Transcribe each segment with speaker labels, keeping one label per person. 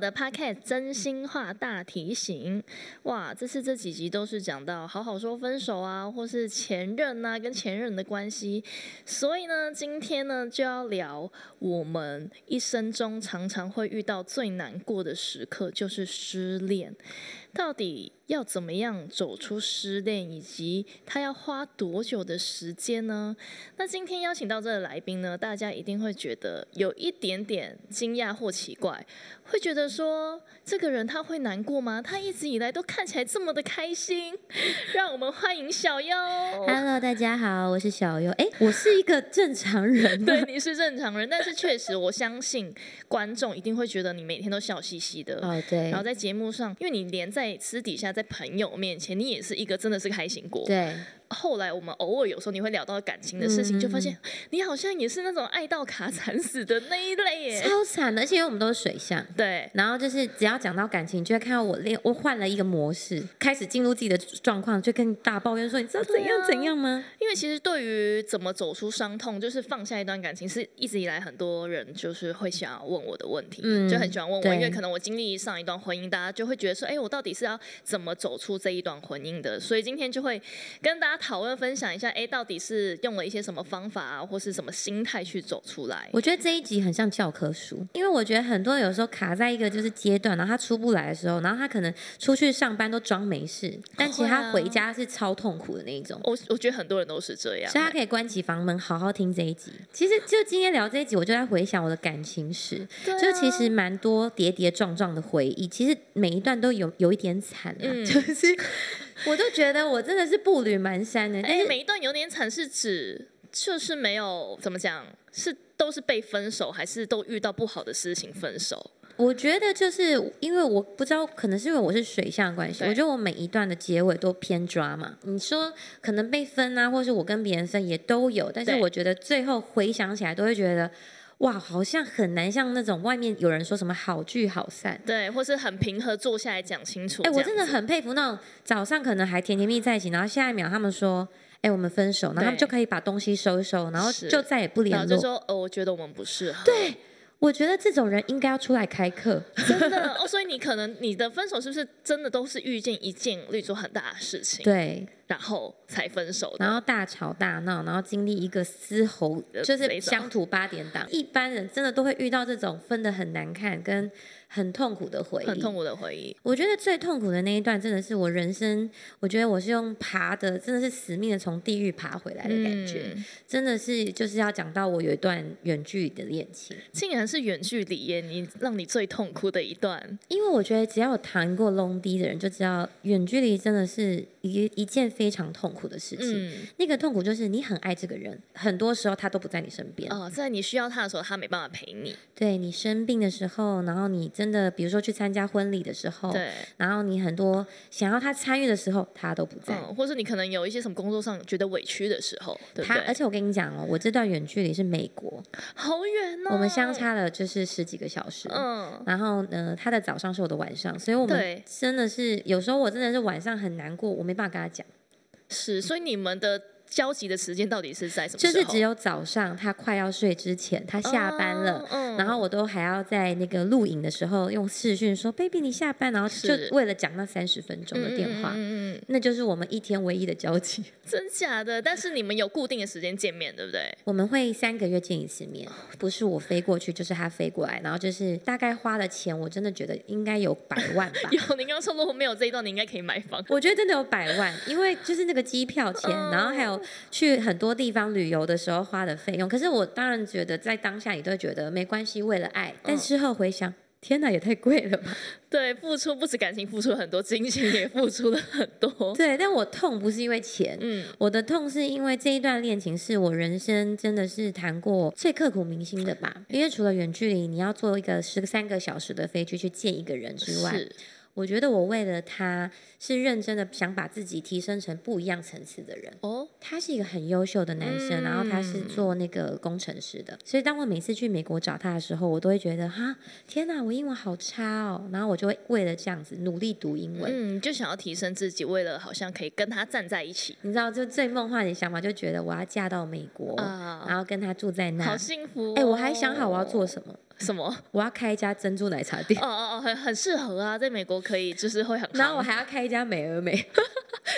Speaker 1: 的 Podcast 真心话大提醒。哇，这次这几集都是讲到好好说分手啊，或是前任呐、跟前任的关系。所以呢，今天呢就要聊我们一生中常常会遇到最难过的时刻，就是失恋。到底要怎么样走出失恋，以及他要花多久的时间呢？那今天邀请到这个来宾呢，大家一定会觉得有一点点惊讶或奇怪，会觉得说这个人他会难过吗？他一直以来都看起来这么的开心，让我们欢迎小优。
Speaker 2: Hello，大家好，我是小优。哎、我是一个正常 人。
Speaker 1: 对，你是正常人，但是确实我相信观众一定会觉得你每天都笑嘻嘻的。
Speaker 2: 哦，对
Speaker 1: 然后，在节目上，因为你连在私底下，在朋友面前，你也是一个真的是开心果。
Speaker 2: 对，
Speaker 1: 后来我们偶尔有时候你会聊到感情的事情，
Speaker 2: 嗯
Speaker 1: 就发现你好像也是那种爱到卡惨死的那一类耶。
Speaker 2: 超惨的，而且因为我们都是水象，
Speaker 1: 对，
Speaker 2: 然后就是只要讲到感情，你就会看到我练，我换了一个模式，开始进入自己的状况，就跟你大抱怨说，你知道怎
Speaker 1: 对啊
Speaker 2: 样怎样吗？
Speaker 1: 因为其实对于怎么走出伤痛，就是放下一段感情，是一直以来很多人就是会想要问我的问题，
Speaker 2: 嗯
Speaker 1: 就很喜欢问我，
Speaker 2: 对
Speaker 1: 因为可能我经历上一段婚姻，大家就会觉得说，哎，我到底是要怎么走出这一段婚姻的？所以今天就会跟大家讨论分享一下，哎，到底是用了一些什么方法啊，或是什么心态去走出来？
Speaker 2: 我觉得这一集很像教科书，因为我觉得很多人有时候卡在一个就是阶段，然后他出不来的时候，然后他可能出去上班都装没事，但其实
Speaker 1: 会
Speaker 2: 他
Speaker 1: 啊
Speaker 2: 回家是超痛苦的那一种。
Speaker 1: 我我觉得很多人都是这样欸
Speaker 2: 所啊以，他可以关起房门，好好听这一集。其实就今天聊这一集，我就在回想我的感情史，
Speaker 1: 对啊
Speaker 2: 就其实蛮多跌跌撞撞的回忆。其实每一段都有有一点惨啊，
Speaker 1: 嗯
Speaker 2: 就是我都觉得我真的是步履蹒跚的。但
Speaker 1: 哎、
Speaker 2: 是
Speaker 1: 每一段有点惨是指就是没有怎么讲，是都是被分手，还是都遇到不好的事情分手？
Speaker 2: 我觉得就是因为我不知道，可能是因为我是水象的关系，
Speaker 1: 对
Speaker 2: 我觉得我每一段的结尾都偏抓嘛。你说可能被分啊，或是我跟别人分也都有，但是
Speaker 1: 对
Speaker 2: 我觉得最后回想起来都会觉得。哇，好像很难像那种外面有人说什么好聚好散，
Speaker 1: 对，或是很平和坐下来讲清楚。
Speaker 2: 哎、我
Speaker 1: 这
Speaker 2: 真
Speaker 1: 样
Speaker 2: 的
Speaker 1: 子
Speaker 2: 很佩服那种早上可能还甜甜蜜蜜在一起，然后下一秒他们说，哎、我们分手，然后他们
Speaker 1: 对
Speaker 2: 就可以把东西收一收，然后
Speaker 1: 是
Speaker 2: 就再也不
Speaker 1: 然
Speaker 2: 联
Speaker 1: 后就
Speaker 2: 络。
Speaker 1: 说哦，我觉得我们不适合。对，
Speaker 2: 我觉得这种人应该要出来 开课，
Speaker 1: 真的哦，所以你可能你的分手是不是真的都是遇见一件，例如说很大的事情，
Speaker 2: 对，
Speaker 1: 然后才分手的？
Speaker 2: 然后大吵大闹，然后经历一个嘶吼，就
Speaker 1: 这
Speaker 2: 是
Speaker 1: 一种
Speaker 2: 乡土八点档，一般人真的都会遇到这种分的很难看跟很痛苦的回忆，
Speaker 1: 很痛苦的回忆。
Speaker 2: 我觉得最痛苦的那一段，真的是我人生，我觉得我是用爬的，真的是死命的从地狱爬回来的感觉，
Speaker 1: 嗯
Speaker 2: 真的是就是要讲到我有一段远距离的恋情，
Speaker 1: 竟然是远距离耶，你让你最痛苦的一段。
Speaker 2: 因为我觉得只要有谈过 long D 的人就知道，远距离真的是一一件非常痛苦的事情。
Speaker 1: 嗯，
Speaker 2: 那个痛苦就是你很爱这个人，很多时候他都不在你身边。
Speaker 1: 哦，在你需要他的时候，他没办法陪你。
Speaker 2: 对你生病的时候，然后你真的比如说去参加婚礼的时候，
Speaker 1: 对。
Speaker 2: 然后你很多想要他参与的时候，他都不在。
Speaker 1: 嗯，或是你可能有一些什么工作上觉得委屈的时候，对不
Speaker 2: 他，而
Speaker 1: 对？
Speaker 2: 且我跟你讲哦，我这段远距离是美国，
Speaker 1: 好远哦，
Speaker 2: 我们相，差了就是十几个小时。
Speaker 1: 嗯，
Speaker 2: 然后呢，他的早上是我的晚上，所以我
Speaker 1: 对
Speaker 2: 们真的是有时候我真的是晚上很难过，我没办法跟他讲，
Speaker 1: 是，所以你们的交集的时间到底是哦在什么时
Speaker 2: 就
Speaker 1: 候？
Speaker 2: 是只有早上他快要睡之前，他下班了。
Speaker 1: 哦，嗯
Speaker 2: 然后我都还要在那个录影的时候用视讯说 “baby 你下班”，然后就是为了讲那三十分钟的电话，
Speaker 1: 嗯嗯嗯嗯嗯
Speaker 2: 那就是我们一天唯一的交集。
Speaker 1: 真假的？但是你们有固定的时间见面，对不 对？
Speaker 2: 我们会三个月见一次面，不是我飞过去，就是他飞过来，然后就是大概花的钱，我真的觉得应该有百万吧。
Speaker 1: 有，你刚刚说如果没有这一段，你应该可以买房。
Speaker 2: 我觉得真的有百万，因为就是那个机票钱，
Speaker 1: 嗯
Speaker 2: 然后还有去很多地方旅游的时候花的费用。可是我当然觉得在当下你都会觉得没关系，为了爱。但事后回想，天哪，也太贵了吧？
Speaker 1: 对，付出不止感情，付出很多，金钱也付出了很 多。
Speaker 2: 对，但我痛不是因为钱，
Speaker 1: 嗯，
Speaker 2: 我的痛是因为这一段恋情是我人生真的是谈过最刻骨铭心的吧。因为除了远距离，你要坐一个十三个小时的飞机去见一个人之外，
Speaker 1: 是，
Speaker 2: 我觉得我为了他是认真的想把自己提升成不一样层次的人。
Speaker 1: 哦，
Speaker 2: 他是一个很优秀的男生，
Speaker 1: 嗯
Speaker 2: 然后他是做那个工程师的，所以当我每次去美国找他的时候，我都会觉得哈，天哪，我英文好差哦，然后我就会为了这样子努力读英文。
Speaker 1: 嗯，你就想要提升自己，为了好像可以跟他站在一起
Speaker 2: 你知道，就最梦幻的想法，就觉得我要嫁到美国，
Speaker 1: 啊，
Speaker 2: 然后跟他住在那。哎
Speaker 1: 好幸福、哦。
Speaker 2: 哎、我还想好我要做什么，
Speaker 1: 什么？
Speaker 2: 我要开一家珍珠奶茶店
Speaker 1: 哦，哦哦，很很适合啊，在美国可以，就是会很
Speaker 2: 然后我
Speaker 1: 夯。
Speaker 2: 还要开一家美而美，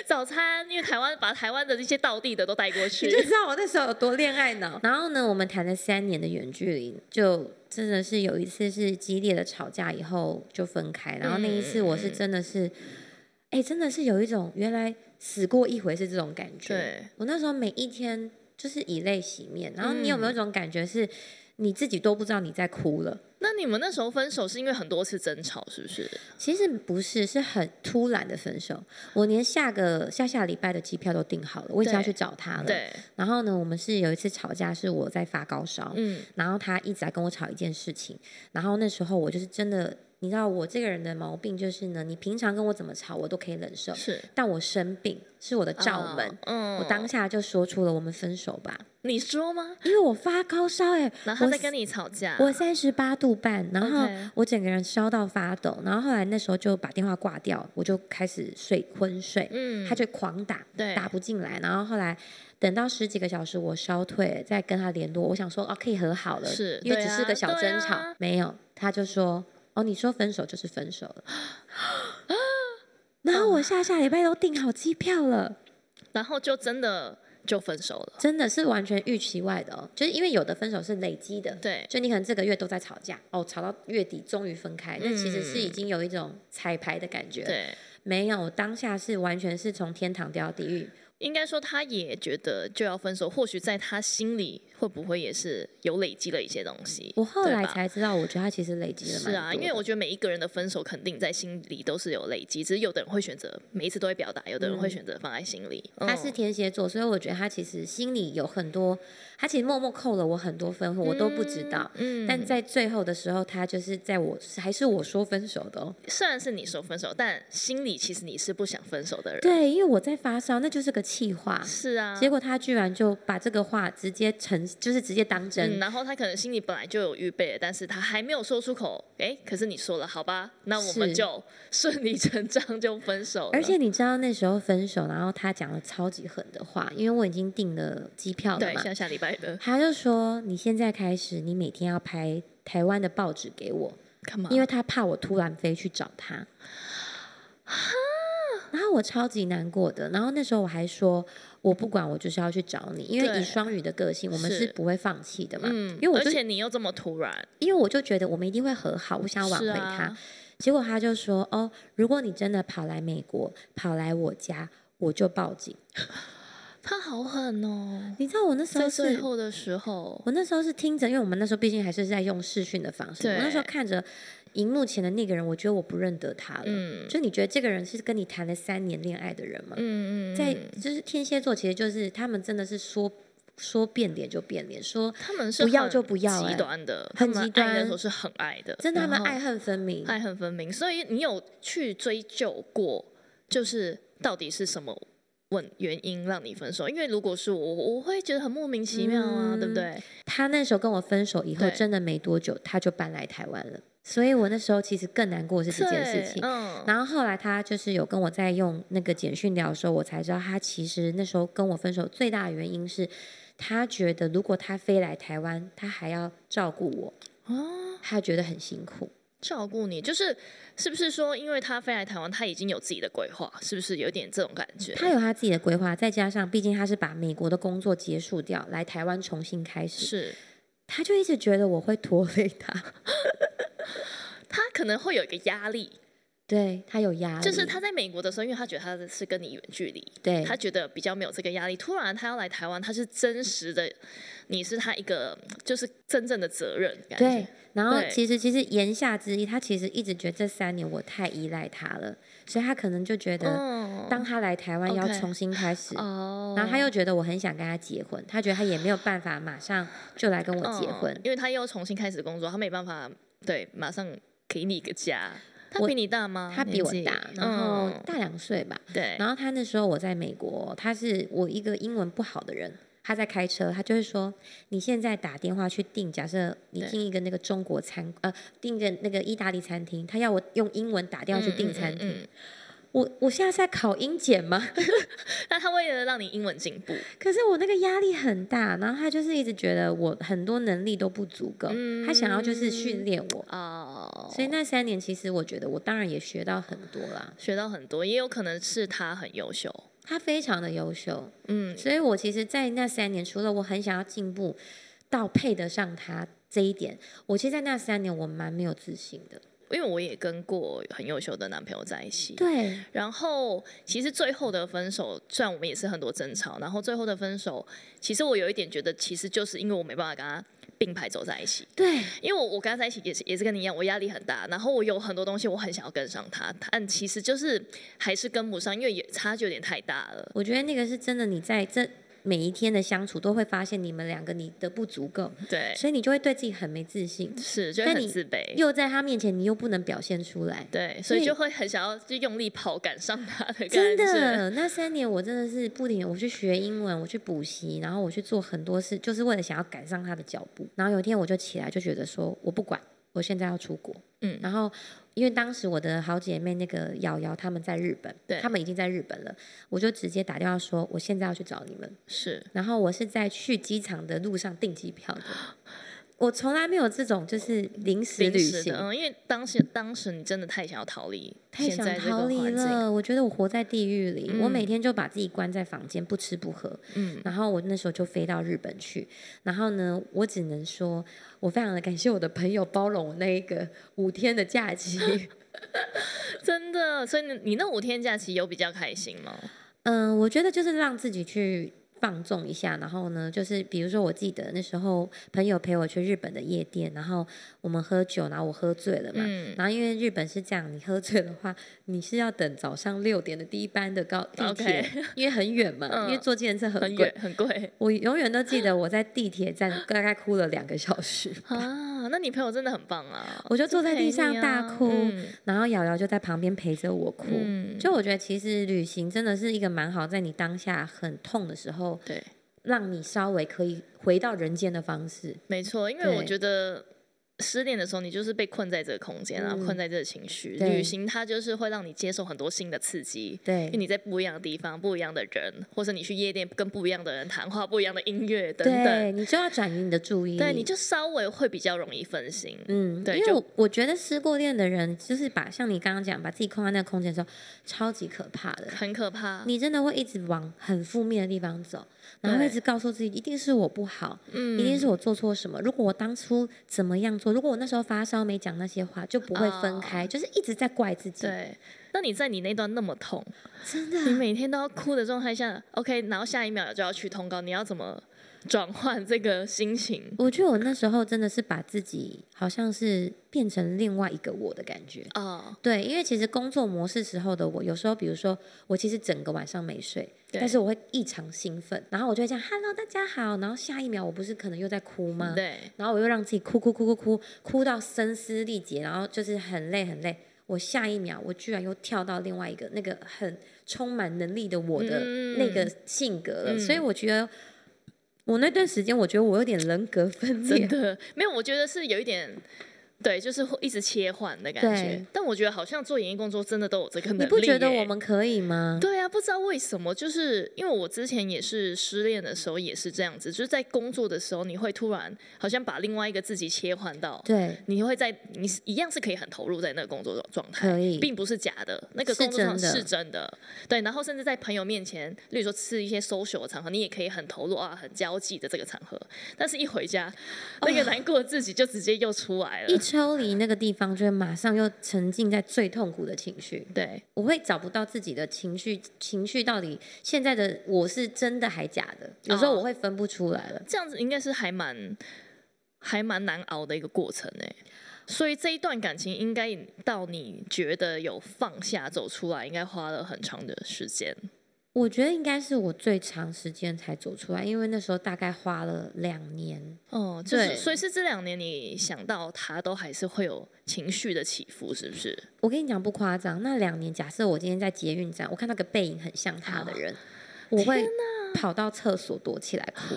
Speaker 1: 早餐，因为台湾把台湾的一些道地的都带过
Speaker 2: 你 就
Speaker 1: 去，
Speaker 2: 知道我那时候有多恋爱脑。然后呢，我们谈了三年的远距离，就真的是有一次是激烈的吵架以后就分开，然后那一次我
Speaker 1: 嗯
Speaker 2: 是真的是，哎、真的是有一种原来死过一回是这种感觉。
Speaker 1: 对，
Speaker 2: 我那时候每一天就是以泪洗面，然后你有没
Speaker 1: 嗯
Speaker 2: 有一种感觉是，你自己都不知道你在哭了？
Speaker 1: 那你们那时候分手是因为很多次争吵，是不是？
Speaker 2: 其实不是，是很突然的分手。我连下个下下礼拜的机票都订好了，我已经要
Speaker 1: 对
Speaker 2: 去找他了。
Speaker 1: 对，
Speaker 2: 然后呢，我们是有一次吵架，是我在发高烧，
Speaker 1: 嗯，
Speaker 2: 然后他一直在跟我吵一件事情，然后那时候我就是真的，你知道我这个人的毛病就是呢，你平常跟我怎么吵我都可以忍受，
Speaker 1: 是
Speaker 2: 但我生病是我的罩门。
Speaker 1: 哦嗯，
Speaker 2: 我当下就说出了我们分手吧，
Speaker 1: 你说吗？
Speaker 2: 因为我发高烧哎、
Speaker 1: 然后
Speaker 2: 我
Speaker 1: 他在跟你吵架，
Speaker 2: 我三十八度半，然后
Speaker 1: OK
Speaker 2: 我整个人烧到发抖，然后后来那时候就把电话挂掉，我就开始睡昏睡，
Speaker 1: 嗯，
Speaker 2: 他就狂打，
Speaker 1: 对
Speaker 2: 打不进来，然后后来等到十几个小时我烧退，再跟他联络，我想说哦可以和好了，
Speaker 1: 是
Speaker 2: 因为
Speaker 1: 对
Speaker 2: 只是
Speaker 1: 啊
Speaker 2: 个小
Speaker 1: 对
Speaker 2: 争吵，
Speaker 1: 啊
Speaker 2: 没有，他就说哦你说分手就是分 手了，
Speaker 1: 啊
Speaker 2: 然
Speaker 1: 哦
Speaker 2: 后我下下礼拜都订好机票了，
Speaker 1: 然后就真的就分手了，
Speaker 2: 真的是完全预期外的哦，就是因为有的分手是累积的，
Speaker 1: 对，
Speaker 2: 就你可能这个月都在吵架，哦，吵到月底终于分开，那其实是已
Speaker 1: 嗯
Speaker 2: 经有一种彩排的感觉。
Speaker 1: 对。
Speaker 2: 没有，当下是完全是从天堂掉到地狱。
Speaker 1: 应该说，他也觉得就要分手，或许在他心里会不会也是有累积了一些东西？
Speaker 2: 我后
Speaker 1: 对
Speaker 2: 来
Speaker 1: 吧
Speaker 2: 才知道，我觉得他其实累积了
Speaker 1: 是
Speaker 2: 蛮
Speaker 1: 啊，
Speaker 2: 多
Speaker 1: 因为
Speaker 2: 的
Speaker 1: 我觉得每一个人的分手肯定在心里都是有累积，只是有的人会选择每一次都会表达，有的人会
Speaker 2: 嗯
Speaker 1: 选择放在心里。
Speaker 2: 他是
Speaker 1: 嗯
Speaker 2: 天蝎座，所以我觉得他其实心里有很多，他其实默默扣了我很多分，我都不知道。
Speaker 1: 嗯，
Speaker 2: 但在最后的时候，他就是在我还是我说分手的哦。
Speaker 1: 虽然是你说分手，但心里其实你是不想分手的人。，
Speaker 2: 对，因为我在发烧，那就是个气话。
Speaker 1: 是啊。
Speaker 2: 结果他居然就把这个话直接成，就是直接当真。
Speaker 1: 嗯，然后他可能心里本来就有预备了，但是他还没有说出口。哎，可是你说了，好吧，那我们
Speaker 2: 是
Speaker 1: 就 顺理成章就分手了。
Speaker 2: 而且你知道那时候分手，然后他讲了超级狠的话，因为我已经订了机票了
Speaker 1: 对，
Speaker 2: 嘛，
Speaker 1: 下下礼拜的
Speaker 2: 他就说你现在开始，你每天要拍台湾的报纸给我，
Speaker 1: 干嘛？
Speaker 2: 因为他怕我突然飞去找他。
Speaker 1: 啊
Speaker 2: 然后我超级难过的，然后那时候我还说，我不管，我就是要去找你，因为
Speaker 1: 对
Speaker 2: 以双鱼的个性，我们
Speaker 1: 是
Speaker 2: 是不会放弃的嘛。
Speaker 1: 嗯，
Speaker 2: 因为我
Speaker 1: 而
Speaker 2: 就
Speaker 1: 且你又这么突然，
Speaker 2: 因为我就觉得我们一定会和好，我想要挽
Speaker 1: 是
Speaker 2: 回
Speaker 1: 啊
Speaker 2: 他。结果他就说：“哦，如果你真的跑来美国，跑来我家，我就报警。
Speaker 1: 他好狠哦”，
Speaker 2: 你知道我那时
Speaker 1: 在
Speaker 2: 候
Speaker 1: 最
Speaker 2: 是，
Speaker 1: 后的时候，
Speaker 2: 我那时候是听着，因为我们那时候毕竟还是在用视讯的方式。我那时候
Speaker 1: 对
Speaker 2: 看着荧幕前的那个人，我觉得我不认得他了。
Speaker 1: 嗯
Speaker 2: 就你觉得这个人是跟你谈了三年恋爱的人吗？
Speaker 1: 嗯嗯，
Speaker 2: 在
Speaker 1: 嗯
Speaker 2: 就是天蝎座，其实就是他们真的是说说变脸就变脸，说
Speaker 1: 他们是
Speaker 2: 不要
Speaker 1: 很
Speaker 2: 就不要
Speaker 1: 极
Speaker 2: 欸
Speaker 1: 端的，
Speaker 2: 很
Speaker 1: 他们
Speaker 2: 极端
Speaker 1: 爱的时候是很爱的，
Speaker 2: 真的他们
Speaker 1: 然后哎
Speaker 2: 爱恨分明。
Speaker 1: 爱恨分明。所以你有去追究过，就是到底是什么问原因让你分手？因为如果是我，我会觉得很莫名其妙啊，对不
Speaker 2: 嗯
Speaker 1: 对？
Speaker 2: 他那时候跟我分手以后，
Speaker 1: 对
Speaker 2: 真的没多久他就搬来台湾了，所以我那时候其实更难过的是这件
Speaker 1: 对
Speaker 2: 事情。
Speaker 1: 嗯，
Speaker 2: 然后后来他就是有跟我在用那个简讯聊的时候，我才知道他其实那时候跟我分手最大的原因是，他觉得如果他飞来台湾，他还要照顾我，
Speaker 1: 哦，
Speaker 2: 他觉得很辛苦。
Speaker 1: 照顾你，就是是不是说，因为他飞来台湾，他已经有自己的规划，是不是有点这种感觉？
Speaker 2: 他有他自己的规划，再加上毕竟他是把美国的工作结束掉，来台湾重新开始，
Speaker 1: 是
Speaker 2: 他就一直觉得我会 拖累他，
Speaker 1: 他可能会有一个压力，
Speaker 2: 对他有压力，
Speaker 1: 就是他在美国的时候，因为他觉得他是跟你远距离，
Speaker 2: 对
Speaker 1: 他觉得比较没有这个压力。突然他要来台湾，他是真实的，你是他一个就是真正的责任感觉。
Speaker 2: 对，，然后
Speaker 1: 对
Speaker 2: 其实其实言下之意，他其实一直觉得这三年我太依赖他了，所以他可能就觉得，
Speaker 1: 嗯
Speaker 2: 当他来台湾要
Speaker 1: OK
Speaker 2: 重新开始，
Speaker 1: 哦，
Speaker 2: 然后他又觉得我很想跟他结婚，他觉得他也没有办法马上就来跟我结
Speaker 1: 嗯
Speaker 2: 婚。
Speaker 1: 因为他又重新开始工作，他没办法对马上给你一个家。他
Speaker 2: 我
Speaker 1: 比你大吗？
Speaker 2: 他比我
Speaker 1: 年纪
Speaker 2: 大，然后
Speaker 1: 嗯
Speaker 2: 大两岁吧。
Speaker 1: 对，
Speaker 2: 然后他那时候我在美国，他是我一个英文不好的人，他在开车，他就会说：“你现在打电话去订，假设你
Speaker 1: 对
Speaker 2: 订一个那个中国餐，呃，订一个那个意大利餐厅，他要我用英文打电话去订餐
Speaker 1: 嗯
Speaker 2: 厅。
Speaker 1: 嗯嗯嗯
Speaker 2: 我我现在是在考英检吗？
Speaker 1: 那他为了让你英文进步，
Speaker 2: 可是我那个压力很大，然后他就是一直觉得我很多能力都不足够，他想要就是训练我，
Speaker 1: 嗯哦，
Speaker 2: 所以那三年其实我觉得我当然也学到很多啦，
Speaker 1: 学到很多，也有可能是他很优秀。
Speaker 2: 他非常的优秀，
Speaker 1: 嗯，
Speaker 2: 所以我其实，在那三年，除了我很想要进步到配得上他这一点，我其实，在那三年我蛮没有自信的。
Speaker 1: 因为我也跟过很优秀的男朋友在一起，
Speaker 2: 对，
Speaker 1: 然后其实最后的分手，虽然我们也是很多争吵，然后最后的分手，其实我有一点觉得，其实就是因为我没办法跟他并排走在一起，
Speaker 2: 对，
Speaker 1: 因为我我跟他在一起也是也是跟你一样，我压力很大，然后我有很多东西我很想要跟上他，但其实就是还是跟不上，因为也差距有点太大了。
Speaker 2: 我觉得那个是真的，你在这每一天的相处都会发现你们两个你的不足够，
Speaker 1: 对，
Speaker 2: 所以你就会对自己很没自信，
Speaker 1: 是就会
Speaker 2: 但
Speaker 1: 很
Speaker 2: 你
Speaker 1: 自卑。
Speaker 2: 又在他面前你又不能表现出来。
Speaker 1: 对，所以
Speaker 2: 所以
Speaker 1: 就会很想要就用力跑赶上他的感觉。
Speaker 2: 真的，那三年我真的是不停，我去学英文，我去补习，然后我去做很多事，就是为了想要赶上他的脚步。然后有一天我就起来就觉得说，我不管，我现在要出国。
Speaker 1: 嗯
Speaker 2: 然后因为当时我的好姐妹那个瑶瑶她们在日本
Speaker 1: 对，
Speaker 2: 她们已经在日本了，我就直接打电话说，我现在要去找你们。
Speaker 1: 是
Speaker 2: 然后我是在去机场的路上订机 票的。我从来没有这种就是临时
Speaker 1: 临
Speaker 2: 旅
Speaker 1: 时
Speaker 2: 行
Speaker 1: 的，，嗯，因为当时当时你真的太想要逃离，
Speaker 2: 太
Speaker 1: 现
Speaker 2: 想
Speaker 1: 在这
Speaker 2: 逃
Speaker 1: 个
Speaker 2: 离
Speaker 1: 环境，
Speaker 2: 了，我觉得我活在地狱里。我每
Speaker 1: 嗯
Speaker 2: 天就把自己关在房间，不吃不喝。
Speaker 1: 嗯，
Speaker 2: 然后我那时候就飞到日本去。然后呢，我只能说，我非常的感谢我的朋友包容我那一个五天的假期。
Speaker 1: 真的。所以你你那五天假期有比较开心吗？
Speaker 2: 嗯，我觉得就是让自己去放纵一下，然后呢，就是比如说我记得那时候朋友陪我去日本的夜店，然后我们喝酒，然后我喝醉了嘛，
Speaker 1: 嗯
Speaker 2: 然后因为日本是这样，你喝醉的话，你是要等早上六点的第一班的高地
Speaker 1: OK
Speaker 2: 铁因为很远嘛，因为
Speaker 1: 嗯
Speaker 2: 坐计程车
Speaker 1: 很
Speaker 2: 很贵
Speaker 1: 远。很贵
Speaker 2: 我永远都记得我在地铁站大概哭了两个小时，
Speaker 1: 啊！那你朋友真的很棒啊！
Speaker 2: 我就坐在
Speaker 1: 陪
Speaker 2: 地
Speaker 1: 你
Speaker 2: 上大
Speaker 1: 啊
Speaker 2: 哭，
Speaker 1: 嗯
Speaker 2: 然后瑶瑶就在旁边陪着我哭。
Speaker 1: 嗯
Speaker 2: 就我觉得，其实旅行真的是一个蛮好，在你当下很痛的时候，
Speaker 1: 对，
Speaker 2: 让你稍微可以回到人间的方式。
Speaker 1: 没错，因为我
Speaker 2: 对
Speaker 1: 觉得。失恋的时候，你就是被困在这个空间啊，
Speaker 2: 嗯
Speaker 1: 困在这个情绪。
Speaker 2: 对
Speaker 1: 旅行它就是会让你接受很多新的刺激，
Speaker 2: 对
Speaker 1: 因为，你在不一样的地方、不一样的人，或者你去夜店跟不一样的人谈话、不一样的音乐等
Speaker 2: 对，
Speaker 1: 等，
Speaker 2: 你就要转移你的注意力。
Speaker 1: 对，你就稍微会比较容易分心。
Speaker 2: 嗯，
Speaker 1: 对
Speaker 2: 因为
Speaker 1: 就
Speaker 2: 我我觉得失过恋的人，就是把像你刚刚讲，把自己困在那个空间的时候，超级可怕的。
Speaker 1: 很可怕。
Speaker 2: 你真的会一直往很负面的地方走，然后
Speaker 1: 对
Speaker 2: 一直告诉自己，一定是我不好，
Speaker 1: 嗯
Speaker 2: 一定是我做错什么。如果我当初怎么样做，如果我那时候发烧没讲那些话，就不会分开，就是一直在怪自己。
Speaker 1: 哦对。那你在你那段那么 痛，
Speaker 2: 真
Speaker 1: 你
Speaker 2: 的，
Speaker 1: 每天都要哭的状态下，OK，然后下一秒就要去通告，你要怎么转换这个心 情？
Speaker 2: 我觉得我那时候真的是把自己好像是变成另外一个我的感觉。
Speaker 1: 哦，
Speaker 2: 对，因为其实工作模式时候的我，有时候比如说我其实整个晚上没睡，
Speaker 1: 对
Speaker 2: 但是我会异常兴奋，然后我就会这样 “hello，大家好”，然后下一秒我不是可能又在哭吗？
Speaker 1: 对，
Speaker 2: 然后我又让自己哭哭哭哭哭哭到声嘶力竭，然后就是很累很累。我下一秒，我居然又跳到另外一个那个很充满能力的我的
Speaker 1: 嗯
Speaker 2: 那个性格了，
Speaker 1: 嗯
Speaker 2: 所以我觉得我那段时间，我觉得我有点人格分
Speaker 1: 真
Speaker 2: 裂。
Speaker 1: 的没有，我觉得是有一点。对，就是会一直切换的感觉
Speaker 2: 对。
Speaker 1: 但我觉得好像做演艺工作真的都有这个能力
Speaker 2: 你
Speaker 1: 耶。
Speaker 2: 不觉得我们可以吗？
Speaker 1: 对啊，不知道为什么，就是因为我之前也是失恋的时候也是这样子，就是在工作的时候，你会突然好像把另外一个自己切换到，
Speaker 2: 对，
Speaker 1: 你会在你是一样是可以很投入在那个工作状态
Speaker 2: 可，以
Speaker 1: 并不是假的，那个
Speaker 2: 是
Speaker 1: 工作上
Speaker 2: 真的
Speaker 1: 是真的，对。然后甚至在朋友面前，例如说吃一些 social 的场合，你也可以很投入啊，很交际的这个场合，但是一回家，那个难过的自己就直接又出来了
Speaker 2: 一，抽离那个地方，就会马上又沉浸在最痛苦的情绪。
Speaker 1: 对。
Speaker 2: 我会找不到自己的情绪，情绪到底现在的我是真的还假的？有时候
Speaker 1: 哦
Speaker 2: 我会分不出来了。
Speaker 1: 这样子应该是还蛮还蛮难熬的一个过程哎、所以这一段感情应该到你觉得有放下走出来，应该花了很长的时间。
Speaker 2: 我觉得应该是我最长时间才走出来，因为那时候大概花了两年。
Speaker 1: 哦，就是
Speaker 2: 对
Speaker 1: 所以是这两年你想到他都还是会有情绪的起伏，是不是？
Speaker 2: 我跟你讲不夸张，那两年，假设我今天在捷运站，我看到个
Speaker 1: 啊
Speaker 2: 背影很像他的人，我会跑到厕所躲起来哭。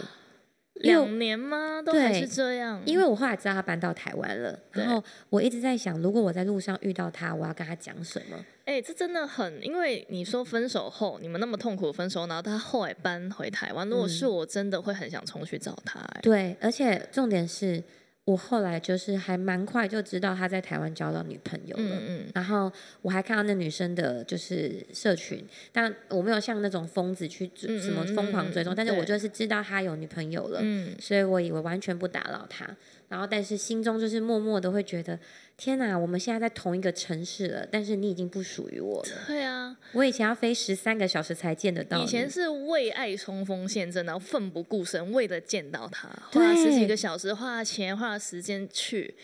Speaker 1: 两年吗？都还是这样？
Speaker 2: 因为我后来知道他搬到台湾了，
Speaker 1: 嗯对
Speaker 2: 然后我一直在想，如果我在路上遇到他，我要跟他讲什么？
Speaker 1: 哎、这真的很，因为你说分手后你们那么痛苦分手，然后他后来搬回台湾，如果
Speaker 2: 嗯
Speaker 1: 是我，真的会很想冲去找他、哎
Speaker 2: 对，而且重点是我后来就是还蛮快就知道他在台湾交到女朋友了。
Speaker 1: 嗯嗯
Speaker 2: 然后我还看到那女生的，就是社群，但我没有像那种疯子去追
Speaker 1: 嗯嗯
Speaker 2: 什么疯
Speaker 1: 嗯
Speaker 2: 狂
Speaker 1: 嗯
Speaker 2: 追踪，但是
Speaker 1: 对
Speaker 2: 我就是知道他有女朋友了，
Speaker 1: 嗯，
Speaker 2: 所以我以为完全不打扰他，然后但是心中就是默默的会觉得，天哪，我们现在在同一个城市了，但是你已经不属于我了。
Speaker 1: 对啊，
Speaker 2: 我以前要飞十三个小时才见得到你，
Speaker 1: 以前是为爱冲锋陷阵，然后奋不顾身，为了见到他，花了十几
Speaker 2: 对
Speaker 1: 个小时，花了钱，花了时间去。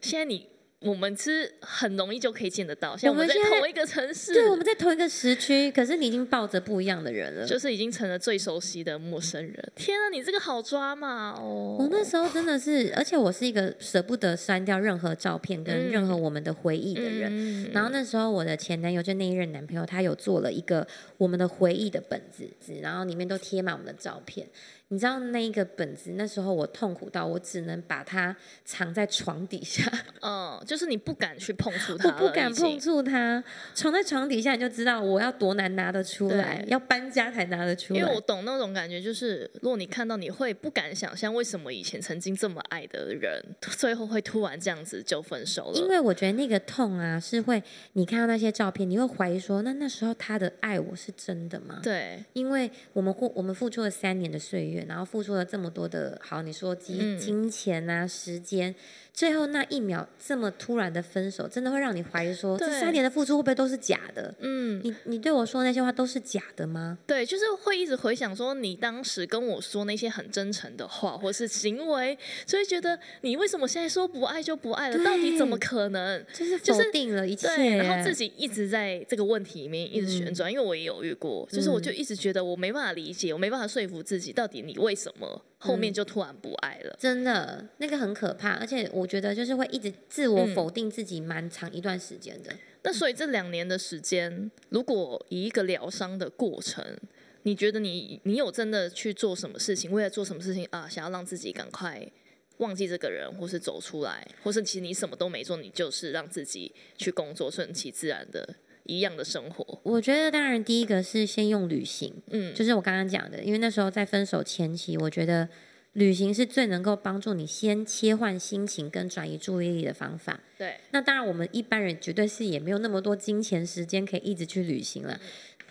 Speaker 1: 现在你我们是很容易就可以见得到，像
Speaker 2: 我
Speaker 1: 我们
Speaker 2: 们
Speaker 1: 在
Speaker 2: 现在
Speaker 1: 同一个城市，
Speaker 2: 对我们在同一个时区，可是你已经抱着不一样的人了。
Speaker 1: 就是已经成了最熟悉的陌生人。天啊，你这个好抓嘛哦！
Speaker 2: 我那时候真的是，而且我是一个舍不得删掉任何照片跟任何我们的回忆的人。
Speaker 1: 嗯
Speaker 2: 然后那时候我的前男友就那一任男朋友，他有做了一个我们的回忆的本子，然后里面都贴满我们的照片。你知道那一个本子，那时候我痛苦到我只能把它藏在床底下，
Speaker 1: 嗯，就是你不敢去碰触他
Speaker 2: 我
Speaker 1: 了，
Speaker 2: 不敢
Speaker 1: 已经
Speaker 2: 碰触它，藏在床底下你就知道我要多难拿得出来
Speaker 1: 对，
Speaker 2: 要搬家才拿得出来。
Speaker 1: 因为我懂那种感觉，就是如果你看到，你会不敢想象为什么以前曾经这么爱的人，最后会突然这样子就分手了。
Speaker 2: 因为我觉得那个痛啊，是会你看到那些照片，你会怀疑说，那那时候他的爱我是真的吗？
Speaker 1: 对，
Speaker 2: 因为我们付我们付出了三年的岁月，然后付出了这么多的，好你说金
Speaker 1: 嗯
Speaker 2: 金钱啊、时间，最后那一秒这么突然的分手，真的会让你怀疑说，这
Speaker 1: 对
Speaker 2: 三年的付出会不会都是假的？
Speaker 1: 嗯，
Speaker 2: 你你对我说的那些话都是假的吗？
Speaker 1: 对，就是会一直回想说你当时跟我说那些很真诚的话或是行为，就会觉得你为什么现在说不爱就不爱了？到底怎么可能？
Speaker 2: 就是
Speaker 1: 就
Speaker 2: 否
Speaker 1: 是
Speaker 2: 定了一切、
Speaker 1: 对，然后自己一直在这个问题里面一直旋
Speaker 2: 嗯
Speaker 1: 转，因为我也有遇过，就是我
Speaker 2: 嗯
Speaker 1: 就一直觉得我没办法理解，我没办法说服自己，到底你为什么后面
Speaker 2: 嗯
Speaker 1: 就突然不爱了？
Speaker 2: 真的那个很可怕，而且我觉得就是会一直自我
Speaker 1: 嗯
Speaker 2: 否定自己，蛮长一段时间的。
Speaker 1: 那所以这两年的时间，如果以一个疗伤的过程，你觉得你你有真的去做什么事情？为了做什么事情啊，想要让自己赶快忘记这个人，或是走出来，或是其实你什么都没做，你就是让自己去工作，顺其自然的一样的生活。
Speaker 2: 我觉得当然第一个是先用旅行，
Speaker 1: 嗯，
Speaker 2: 就是我刚刚讲的，因为那时候在分手前期，我觉得旅行是最能够帮助你先切换心情跟转移注意力的方法。
Speaker 1: 对，
Speaker 2: 那当然，我们一般人绝对是也没有那么多金钱时间可以一直去旅行了。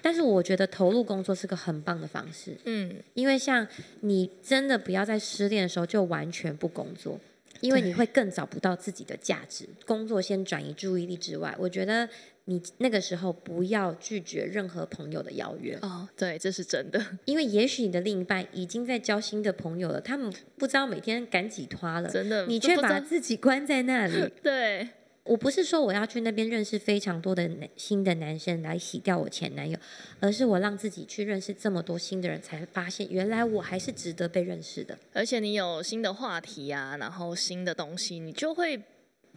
Speaker 2: 但是我觉得投入工作是个很棒的方式，
Speaker 1: 嗯，
Speaker 2: 因为像你真的不要在失恋的时候就完全不工作，因为
Speaker 1: 对
Speaker 2: 你会更找不到自己的价值。工作先转移注意力之外，我觉得你那个时候不要拒绝任何朋友的邀约，
Speaker 1: 哦，对，这是真的，
Speaker 2: 因为也许你的另一半已经在交新的朋友了，他们不知道每天赶几拖了，
Speaker 1: 真的，
Speaker 2: 你
Speaker 1: 都
Speaker 2: 却
Speaker 1: 不知
Speaker 2: 把
Speaker 1: 道
Speaker 2: 自己关在那里。
Speaker 1: 对，
Speaker 2: 我不是说我要去那边认识非常多的男新的男生来洗掉我前男友，而是我让自己去认识这么多新的人，才发现原来我还是值得被认识的。
Speaker 1: 而且你有新的话题啊，然后新的东西，你就会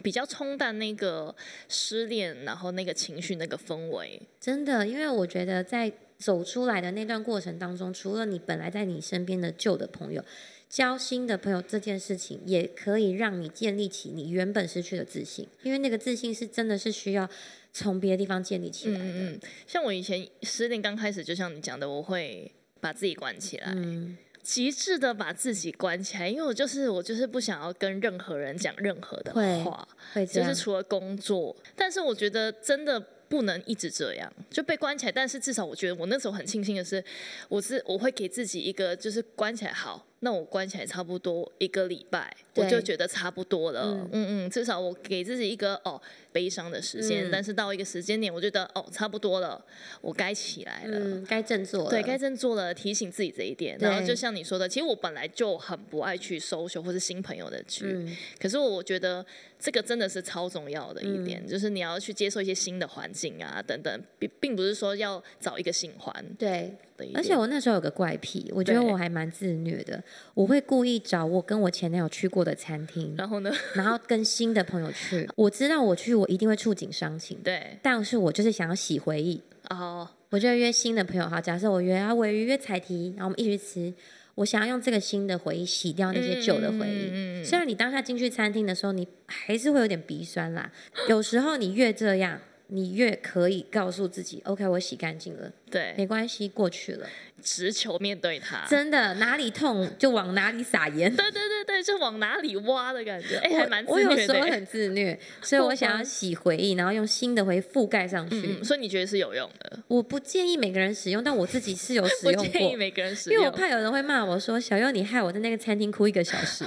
Speaker 1: 比较冲淡那个失恋，然后那个情绪、那个氛围。
Speaker 2: 真的，因为我觉得在走出来的那段过程当中，除了你本来在你身边的旧的朋友，交新的朋友这件事情，也可以让你建立起你原本失去的自信，因为那个自信是真的是需要从别的地方建立起来的。
Speaker 1: 嗯嗯，像我以前失恋刚开始，就像你讲的，我会把自己关起来，
Speaker 2: 嗯
Speaker 1: 极致的把自己关起来，因为我就是我就是不想要跟任何人讲任何的
Speaker 2: 会
Speaker 1: 话，
Speaker 2: 会这
Speaker 1: 就
Speaker 2: 样
Speaker 1: 是。除了工作。但是我觉得真的不能一直这样就被关起来。但是至少我觉得我那时候很庆幸的是，我是我会给自己一个就是关起来好，那我关起来差不多一个礼拜，我
Speaker 2: 对
Speaker 1: 就觉得差不多了。嗯
Speaker 2: 嗯
Speaker 1: 嗯至少我给自己一个哦悲伤的时间，
Speaker 2: 嗯
Speaker 1: 但是到一个时间点，我觉得哦差不多了，我该起来了。
Speaker 2: 嗯，该振作了。
Speaker 1: 对，该振作了，提醒自己这一点。然后
Speaker 2: 对
Speaker 1: 就像你说的，其实我本来就很不爱去 social 或是新朋友的局，
Speaker 2: 嗯，
Speaker 1: 可是我觉得这个真的是超重要的一
Speaker 2: 嗯
Speaker 1: 点，就是你要去接受一些新的环境啊，等等，并并不是说要找一个新欢
Speaker 2: 对。
Speaker 1: 的一点。
Speaker 2: 而且我那时候有个怪癖，我觉得
Speaker 1: 对
Speaker 2: 我还蛮自虐的，我会故意找我跟我前男友去过的餐 厅，
Speaker 1: 然后 呢，
Speaker 2: 然后跟新的朋友去。我知道我去，我一定会触景伤情，
Speaker 1: 对，
Speaker 2: 但是我就是想要洗回忆，
Speaker 1: 哦，
Speaker 2: 我就约新的朋友。好，假设我约啊，我约彩提，然后我们一起去吃。我想要用这个新的回忆洗掉那些旧的回
Speaker 1: 嗯
Speaker 2: 忆。
Speaker 1: 嗯嗯嗯
Speaker 2: 虽然你当下进去餐厅的时候，你还是会有点鼻酸啦。有时候你越这样，你越可以告诉自己，OK，我洗干净了，没
Speaker 1: 对，啊
Speaker 2: 关系，过去了。
Speaker 1: 直球面对它。
Speaker 2: 真的，哪里痛就往哪里撒 盐。
Speaker 1: 对对对对，就往哪里挖的感觉，哎、 还蛮
Speaker 2: 我我
Speaker 1: 自
Speaker 2: 有
Speaker 1: 虐
Speaker 2: 时
Speaker 1: 的
Speaker 2: 候
Speaker 1: 欸。
Speaker 2: 很自 虐，所以我想要洗回忆，然后用新的回忆覆盖上去。
Speaker 1: 嗯嗯，所以你觉得是有用的？
Speaker 2: 我不建议每个人使用，但我自己是有 使
Speaker 1: 我
Speaker 2: 用
Speaker 1: 建
Speaker 2: 过
Speaker 1: 议。每个人使
Speaker 2: 因
Speaker 1: 用，
Speaker 2: 为我怕有人会骂我说：“小优，你害我在那个餐厅哭一个小时。”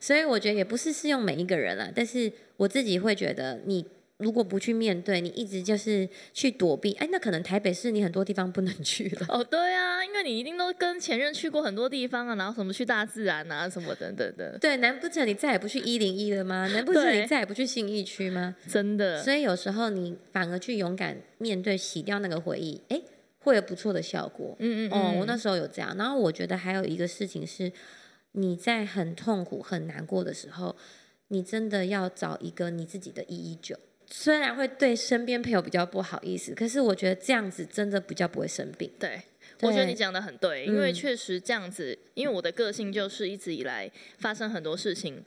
Speaker 2: 所以我觉得也不是适用每一个人啦，但是我自己会觉得，你如果不去面对，你一直就是去躲避，哎，那可能台北市你很多地方不能去 了。
Speaker 1: 哦，对啊，因为你一定都跟前任去过很多地方啊，然后什么去大自然啊，什么等等的，
Speaker 2: 对，难不成你再也不去一零一了吗？难不成
Speaker 1: 对
Speaker 2: 你再也不去信义区吗？
Speaker 1: 真的。
Speaker 2: 所以有时候你反而去勇敢面对，洗掉那个回忆，哎，会有不错的效果。
Speaker 1: 嗯嗯嗯，
Speaker 2: 哦，我那时候有这样。然后我觉得还有一个事情是，你在很痛苦、很难过的时候，你真的要找一个你自己的一一九。虽然会对身边朋友比较不好意思，可是我觉得这样子真的比较不会生病。
Speaker 1: 对。我觉得你
Speaker 2: 对
Speaker 1: 讲的很对，因为
Speaker 2: 嗯
Speaker 1: 确实这样子，因为我的个性就是一直以来发生很多事情，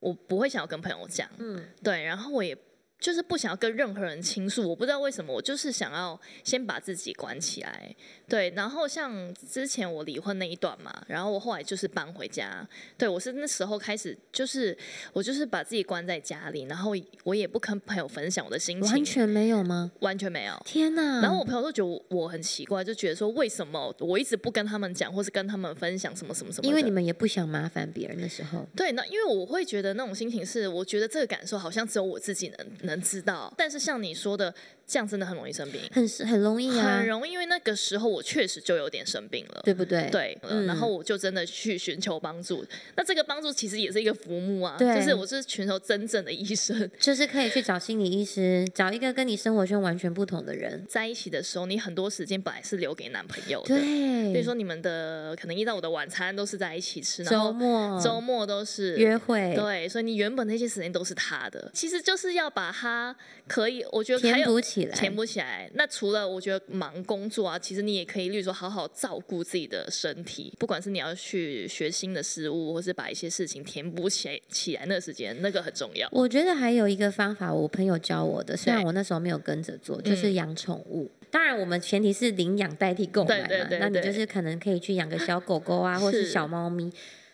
Speaker 1: 我不会想要跟朋友讲，
Speaker 2: 嗯，
Speaker 1: 对，然后我也就是不想要跟任何人倾诉，我不知道为什么，我就是想要先把自己关起来。对，然后像之前我离婚那一段嘛，然后我后来就是搬回家，对我是那时候开始，就是我就是把自己关在家里，然后我也不跟朋友分享我的心情，
Speaker 2: 完全没有吗？
Speaker 1: 完全没有。
Speaker 2: 天哪！
Speaker 1: 然后我朋友都觉得我我很奇怪，就觉得说为什么我一直不跟他们讲，或是跟他们分享什么什么什么的。
Speaker 2: 因为你们也不想麻烦别人的时候，
Speaker 1: 对，那因为我会觉得那种心情是，我觉得这个感受好像只有我自己能能知道。但是像你说的，这样真的很容易生病，
Speaker 2: 很是很容易啊
Speaker 1: 很，容易，因为那个时候我确实就有点生病了。
Speaker 2: 对不对？
Speaker 1: 对，呃
Speaker 2: 嗯
Speaker 1: 然后我就真的去寻求帮助。那这个帮助其实也是一个服务啊，
Speaker 2: 对
Speaker 1: 就是我是寻求真正的医生。
Speaker 2: 就是可以去找心理医师，找一个跟你生活圈完全不同的人。
Speaker 1: 在一起的时候，你很多时间本来是留给男朋友的，
Speaker 2: 对，
Speaker 1: 比如说你们的可能一到五的晚餐都是在一起吃，然
Speaker 2: 嗯周
Speaker 1: 后
Speaker 2: 末
Speaker 1: 周末都是
Speaker 2: 约会，
Speaker 1: 对，所以你原本那些时间都是他的，其实就是要把它可以，我觉得还
Speaker 2: 填
Speaker 1: 有
Speaker 2: 补起来，
Speaker 1: 填不起来。那除了我觉得忙工作啊，其实你也可以，例如说好好照顾自己的身体，不管是你要去学新的事物，或是把一些事情填补起来起来，那个时间那个很重要。
Speaker 2: 我觉得还有一个方法，我朋友教我的，虽然
Speaker 1: 对嗯
Speaker 2: 我那时候没有跟着做，就是养宠物。当然，我们前提是领养代替购买嘛，
Speaker 1: 对对对
Speaker 2: 那你
Speaker 1: 对
Speaker 2: 就是可能可以去养个小狗狗 啊，或是
Speaker 1: 是
Speaker 2: 小猫咪。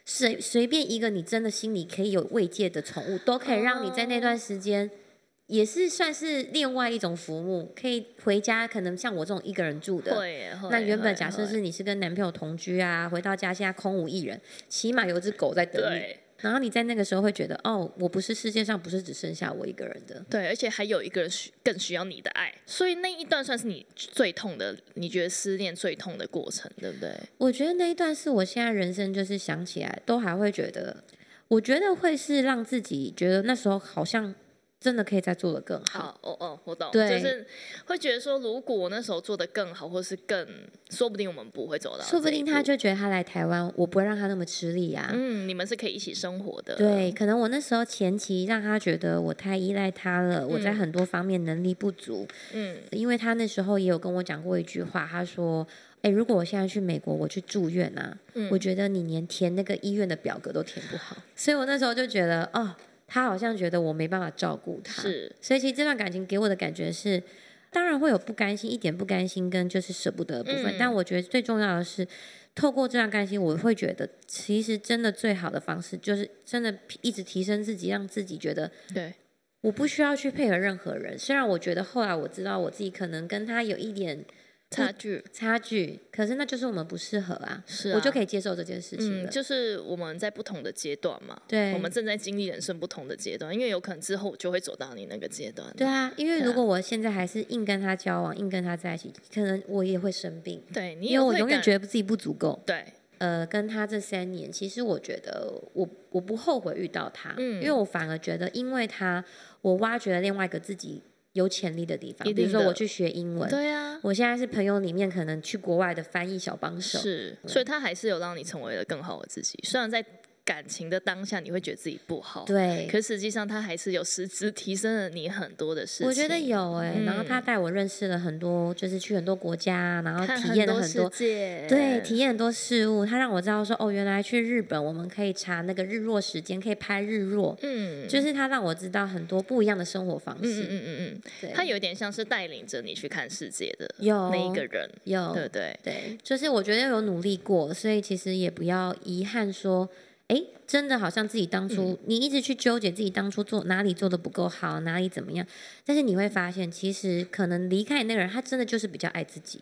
Speaker 2: 随随便一个你真的心里可以有慰藉的宠物，都可以让你在那
Speaker 1: 哦
Speaker 2: 段时间，也是算是另外一种服务。可以回家，可能像我这种一个人住的，
Speaker 1: 会，会
Speaker 2: 那原本
Speaker 1: 会
Speaker 2: 假设
Speaker 1: 会
Speaker 2: 是你是跟男朋友同居啊，回到家现在空无一人，起码有只狗在等你，
Speaker 1: 对
Speaker 2: 然后你在那个时候会觉得，哦，我不是世界上不是只剩下我一个人的，
Speaker 1: 对，而且还有一个人需更需要你的爱，所以那一段算是你最痛的，你觉得失恋最痛的过程，对不对？
Speaker 2: 我觉得那一段是我现在人生就是想起来都还会觉得，我觉得会是让自己觉得那时候好像真的可以再做得更好。
Speaker 1: 好，哦哦，我懂，
Speaker 2: 对
Speaker 1: 就是会觉得说，如果我那时候做的更好，或是更，说不定我们不会走到，
Speaker 2: 说不定他，就觉得他来台湾，我不会让他那么吃力呀、
Speaker 1: 嗯，你们是可以一起生活的，
Speaker 2: 对，可能我那时候前期让他觉得我太依赖他了，我在
Speaker 1: 嗯
Speaker 2: 很多方面能力不足，
Speaker 1: 嗯，
Speaker 2: 因为他那时候也有跟我讲过一句话，他说：“哎、如果我现在去美国，我去住院啊，
Speaker 1: 嗯
Speaker 2: 我觉得你连填那个医院的表格都填不好。”所以我那时候就觉得，哦，他好像觉得我没办法照顾他。，
Speaker 1: 是，
Speaker 2: 所以其实这段感情给我的感觉是，当然会有不甘心，一点不甘心跟就是舍不得的部分，
Speaker 1: 嗯
Speaker 2: 但我觉得最重要的是。透过这段感情，我会觉得，其实真的最好的方式就是真的一直提升自己，让自己觉得
Speaker 1: 对，
Speaker 2: 我不需要去配合任何人。虽然我觉得后来我知道我自己可能跟他有一点
Speaker 1: 差距
Speaker 2: 差距，可是那就是我们不适合啊，
Speaker 1: 是、啊，
Speaker 2: 我就可
Speaker 1: 以，
Speaker 2: 以接受这件事
Speaker 1: 嗯，
Speaker 2: 情了。
Speaker 1: 就是我们在不同的阶段嘛，
Speaker 2: 对
Speaker 1: 我们正在经历人生不同的阶段，因为有可能之后我就会走到你那个阶段，
Speaker 2: 对啊，因为
Speaker 1: 对啊
Speaker 2: 如果我现在还是硬跟他交往，硬跟他在一起，可能我也会生病，
Speaker 1: 对，你
Speaker 2: 因为我
Speaker 1: 会
Speaker 2: 永远
Speaker 1: 感
Speaker 2: 觉得自己不足够。
Speaker 1: 对，
Speaker 2: 呃，跟他这三年，其实我觉得我我不后悔遇到他，
Speaker 1: 嗯
Speaker 2: 因为我反而觉得因为他，我挖掘了另外一个自己有潜力的地方，
Speaker 1: 一
Speaker 2: 比如
Speaker 1: 定
Speaker 2: 说
Speaker 1: 的
Speaker 2: 我去学英文，
Speaker 1: 对啊，
Speaker 2: 我现在是朋友里面可能去国外的翻译小帮手，
Speaker 1: 是，所以他还是有让你成为了更好的自己，虽然在感情的当下，你会觉得自己不好，
Speaker 2: 对，
Speaker 1: 可实际上他还是有实质提升了你很多的事情。嗯
Speaker 2: 我觉得有哎、然后他带我认识了很多，就是去很多国家，然后
Speaker 1: 看
Speaker 2: 体验了很
Speaker 1: 世
Speaker 2: 多，
Speaker 1: 界，
Speaker 2: 对，体验很多事物。他让我知道说，哦，原来去日本我们可以查那个日落时间，可以拍日落，
Speaker 1: 嗯，
Speaker 2: 就是他让我知道很多不一样的生活方
Speaker 1: 嗯嗯
Speaker 2: 式。
Speaker 1: 嗯嗯
Speaker 2: 对，
Speaker 1: 嗯，他有点像是带领着你去看世界的
Speaker 2: 有
Speaker 1: 那一个人，
Speaker 2: 有
Speaker 1: 对不对？
Speaker 2: 对，就是我觉得有努力过，所以其实也不要遗憾说，哎，真的好像自己当初、
Speaker 1: 嗯
Speaker 2: 你一直去纠结自己当初做哪里做的不够好，哪里怎么样，但是你会发现，其实可能离开你那个人，他真的就是比较爱自己，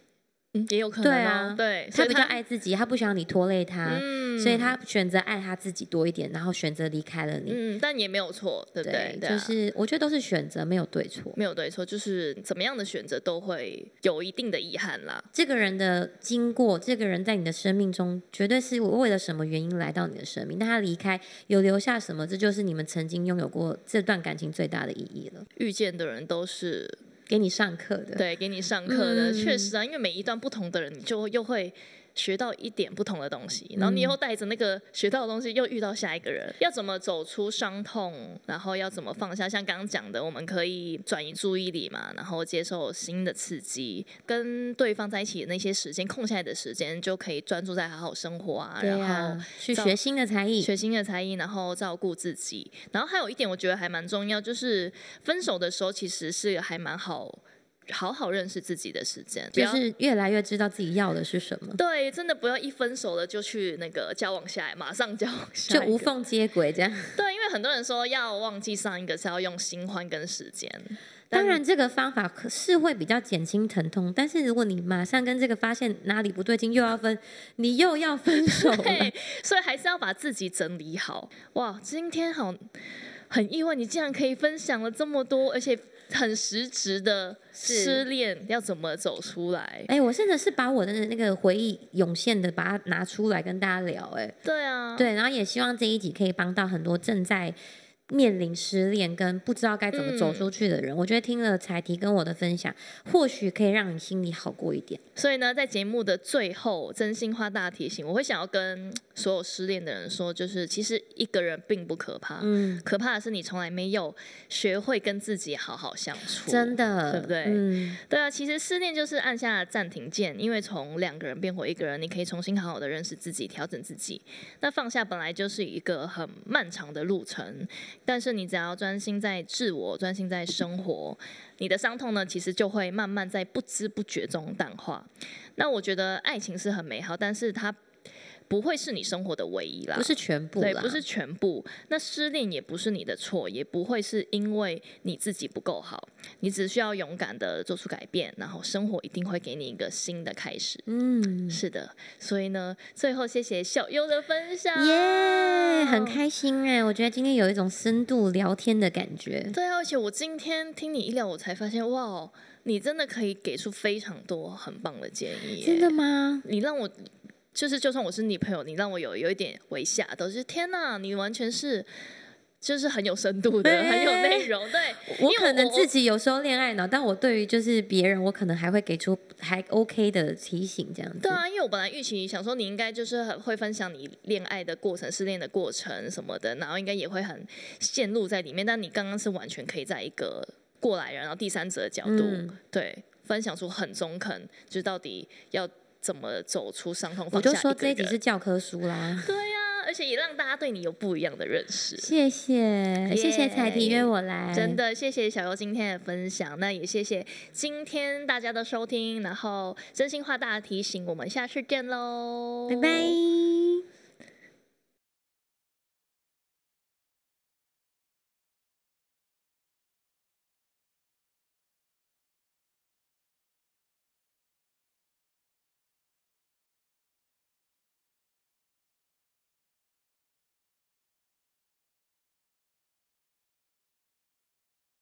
Speaker 1: 嗯，也有可
Speaker 2: 对
Speaker 1: 能
Speaker 2: 啊
Speaker 1: 哦，对，所
Speaker 2: 他
Speaker 1: 以
Speaker 2: 比较，爱自己，他不想要你拖累他，
Speaker 1: 嗯
Speaker 2: 所以他选择爱他自己多一点，然后选择离开了你。
Speaker 1: 嗯，但也没有错，对不对？对啊啊
Speaker 2: 就是我觉得都是选择，没有对错。
Speaker 1: 没有对错，就是怎么样的选择都会有一定的遗憾啦。
Speaker 2: 这个人的经过，这个人在你的生命中，绝对是为了什么原因来到你的生命。但他离开，有留下什么？这就是你们曾经拥有过这段感情最大的意义了。
Speaker 1: 遇见的人都是
Speaker 2: 给你上课的，
Speaker 1: 对给你上课的，
Speaker 2: 嗯
Speaker 1: 确实啊，因为每一段不同的人，你就又会。学到一点不同的东西，然后你
Speaker 2: 嗯
Speaker 1: 以后带着那个学到的东西，又遇到下一个人，要怎么走出伤痛，然后要怎么放下？像刚刚讲的，我们可以转移注意力嘛，然后接受新的刺激，跟对方在一起的那些时间空下来的时间，就可以专注在好好生活啊，
Speaker 2: 对
Speaker 1: 然后
Speaker 2: 啊，去
Speaker 1: 照
Speaker 2: 学新的才艺，
Speaker 1: 学新的才艺，然后照顾自己。然后还有一点，我觉得还蛮重要，就是分手的时候其实是还蛮好，好好认识自己的时间，不
Speaker 2: 就
Speaker 1: 要。
Speaker 2: 是越来越知道自己要的是什么，
Speaker 1: 对，真的不要一分手了就去那个交往下来，马上交往下
Speaker 2: 就
Speaker 1: 来。
Speaker 2: 无缝接轨这样。
Speaker 1: 对，因为很多人说要忘记上一个是要用新欢跟时 间， 但
Speaker 2: 当然，这个方法可是会比较减轻疼痛，但是如果你马上跟这个发现哪里不对劲，又要分，你又要分手了。
Speaker 1: 对，所以还是要把自己整理好。哇，今天好很意外，你竟然可以分享了这么多，而且很实质的
Speaker 2: 是
Speaker 1: 失恋要怎么走出来。
Speaker 2: 哎、我甚至是把我的那个回忆涌现的，把它拿出来跟大家聊、哎，
Speaker 1: 对啊，
Speaker 2: 对，然后也希望这一集可以帮到很多正在面临失恋跟不知道该怎么
Speaker 1: 嗯
Speaker 2: 走出去的人。我觉得听了彩提跟我的分享，或许可以让你心里好过一点。
Speaker 1: 所以呢，在节目的最后，真心话大提醒，我会想要跟所有失恋的人说，就是其实一个人并不可怕，
Speaker 2: 嗯，
Speaker 1: 可怕的是你从来没有学会跟自己好好相处。
Speaker 2: 真的，
Speaker 1: 对不对
Speaker 2: 嗯，
Speaker 1: 对啊，其实失恋就是按下暂停键，因为从两个人变回一个人，你可以重新好好的认识自己，调整自己。那放下本来就是一个很漫长的路程，但是你只要专心在自我，专心在生活，你的伤痛呢，其实就会慢慢在不知不觉中淡化。那我觉得爱情是很美好，但是它不会是你生活的唯一啦，
Speaker 2: 不是全部
Speaker 1: 对，
Speaker 2: 啦，
Speaker 1: 不是全部。那失恋也不是你的错，也不会是因为你自己不够好，你只需要勇敢的做出改变，然后生活一定会给你一个新的开始。
Speaker 2: 嗯，
Speaker 1: 是的，所以呢，最后谢谢小优的分享。
Speaker 2: 耶、很开心哎、我觉得今天有一种深度聊天的感觉。
Speaker 1: 对啊，而且我今天听你一聊，我才发现，哇哦，你真的可以给出非常多很棒的建议耶。
Speaker 2: 真的吗？
Speaker 1: 你让我就是，就算我是你朋友，你让我有有一点微吓到，就是天哪，你完全是就是很有深度的，
Speaker 2: 哎
Speaker 1: 很有内容，对。因
Speaker 2: 我
Speaker 1: 为
Speaker 2: 可能
Speaker 1: 我
Speaker 2: 自己有时候恋爱脑，但我对于就是别人，我可能还会给出还 OK 的提醒这样子。
Speaker 1: 对啊，因为我本来预期想说你应该就是很会分享你恋爱的过程、失恋的过程什么的，然后应该也会很陷入在里面。但你刚刚是完全可以在一个过来人，然后第三者的角度，
Speaker 2: 嗯
Speaker 1: 对分享出很中肯，就是到底要怎么走出伤痛。
Speaker 2: 我
Speaker 1: 放下
Speaker 2: 就说这
Speaker 1: 一
Speaker 2: 一
Speaker 1: 个
Speaker 2: 集
Speaker 1: 人
Speaker 2: 是教科书啦。
Speaker 1: 对啊，而且也让大家对你有不一样的认识。
Speaker 2: 谢谢，谢谢彩迪
Speaker 1: 耶
Speaker 2: 约我来，
Speaker 1: 真的谢谢小优今天的分享，那也谢谢今天大家的收听，然后真心话大提醒，我们下次见喽，
Speaker 2: 拜拜。
Speaker 1: 哦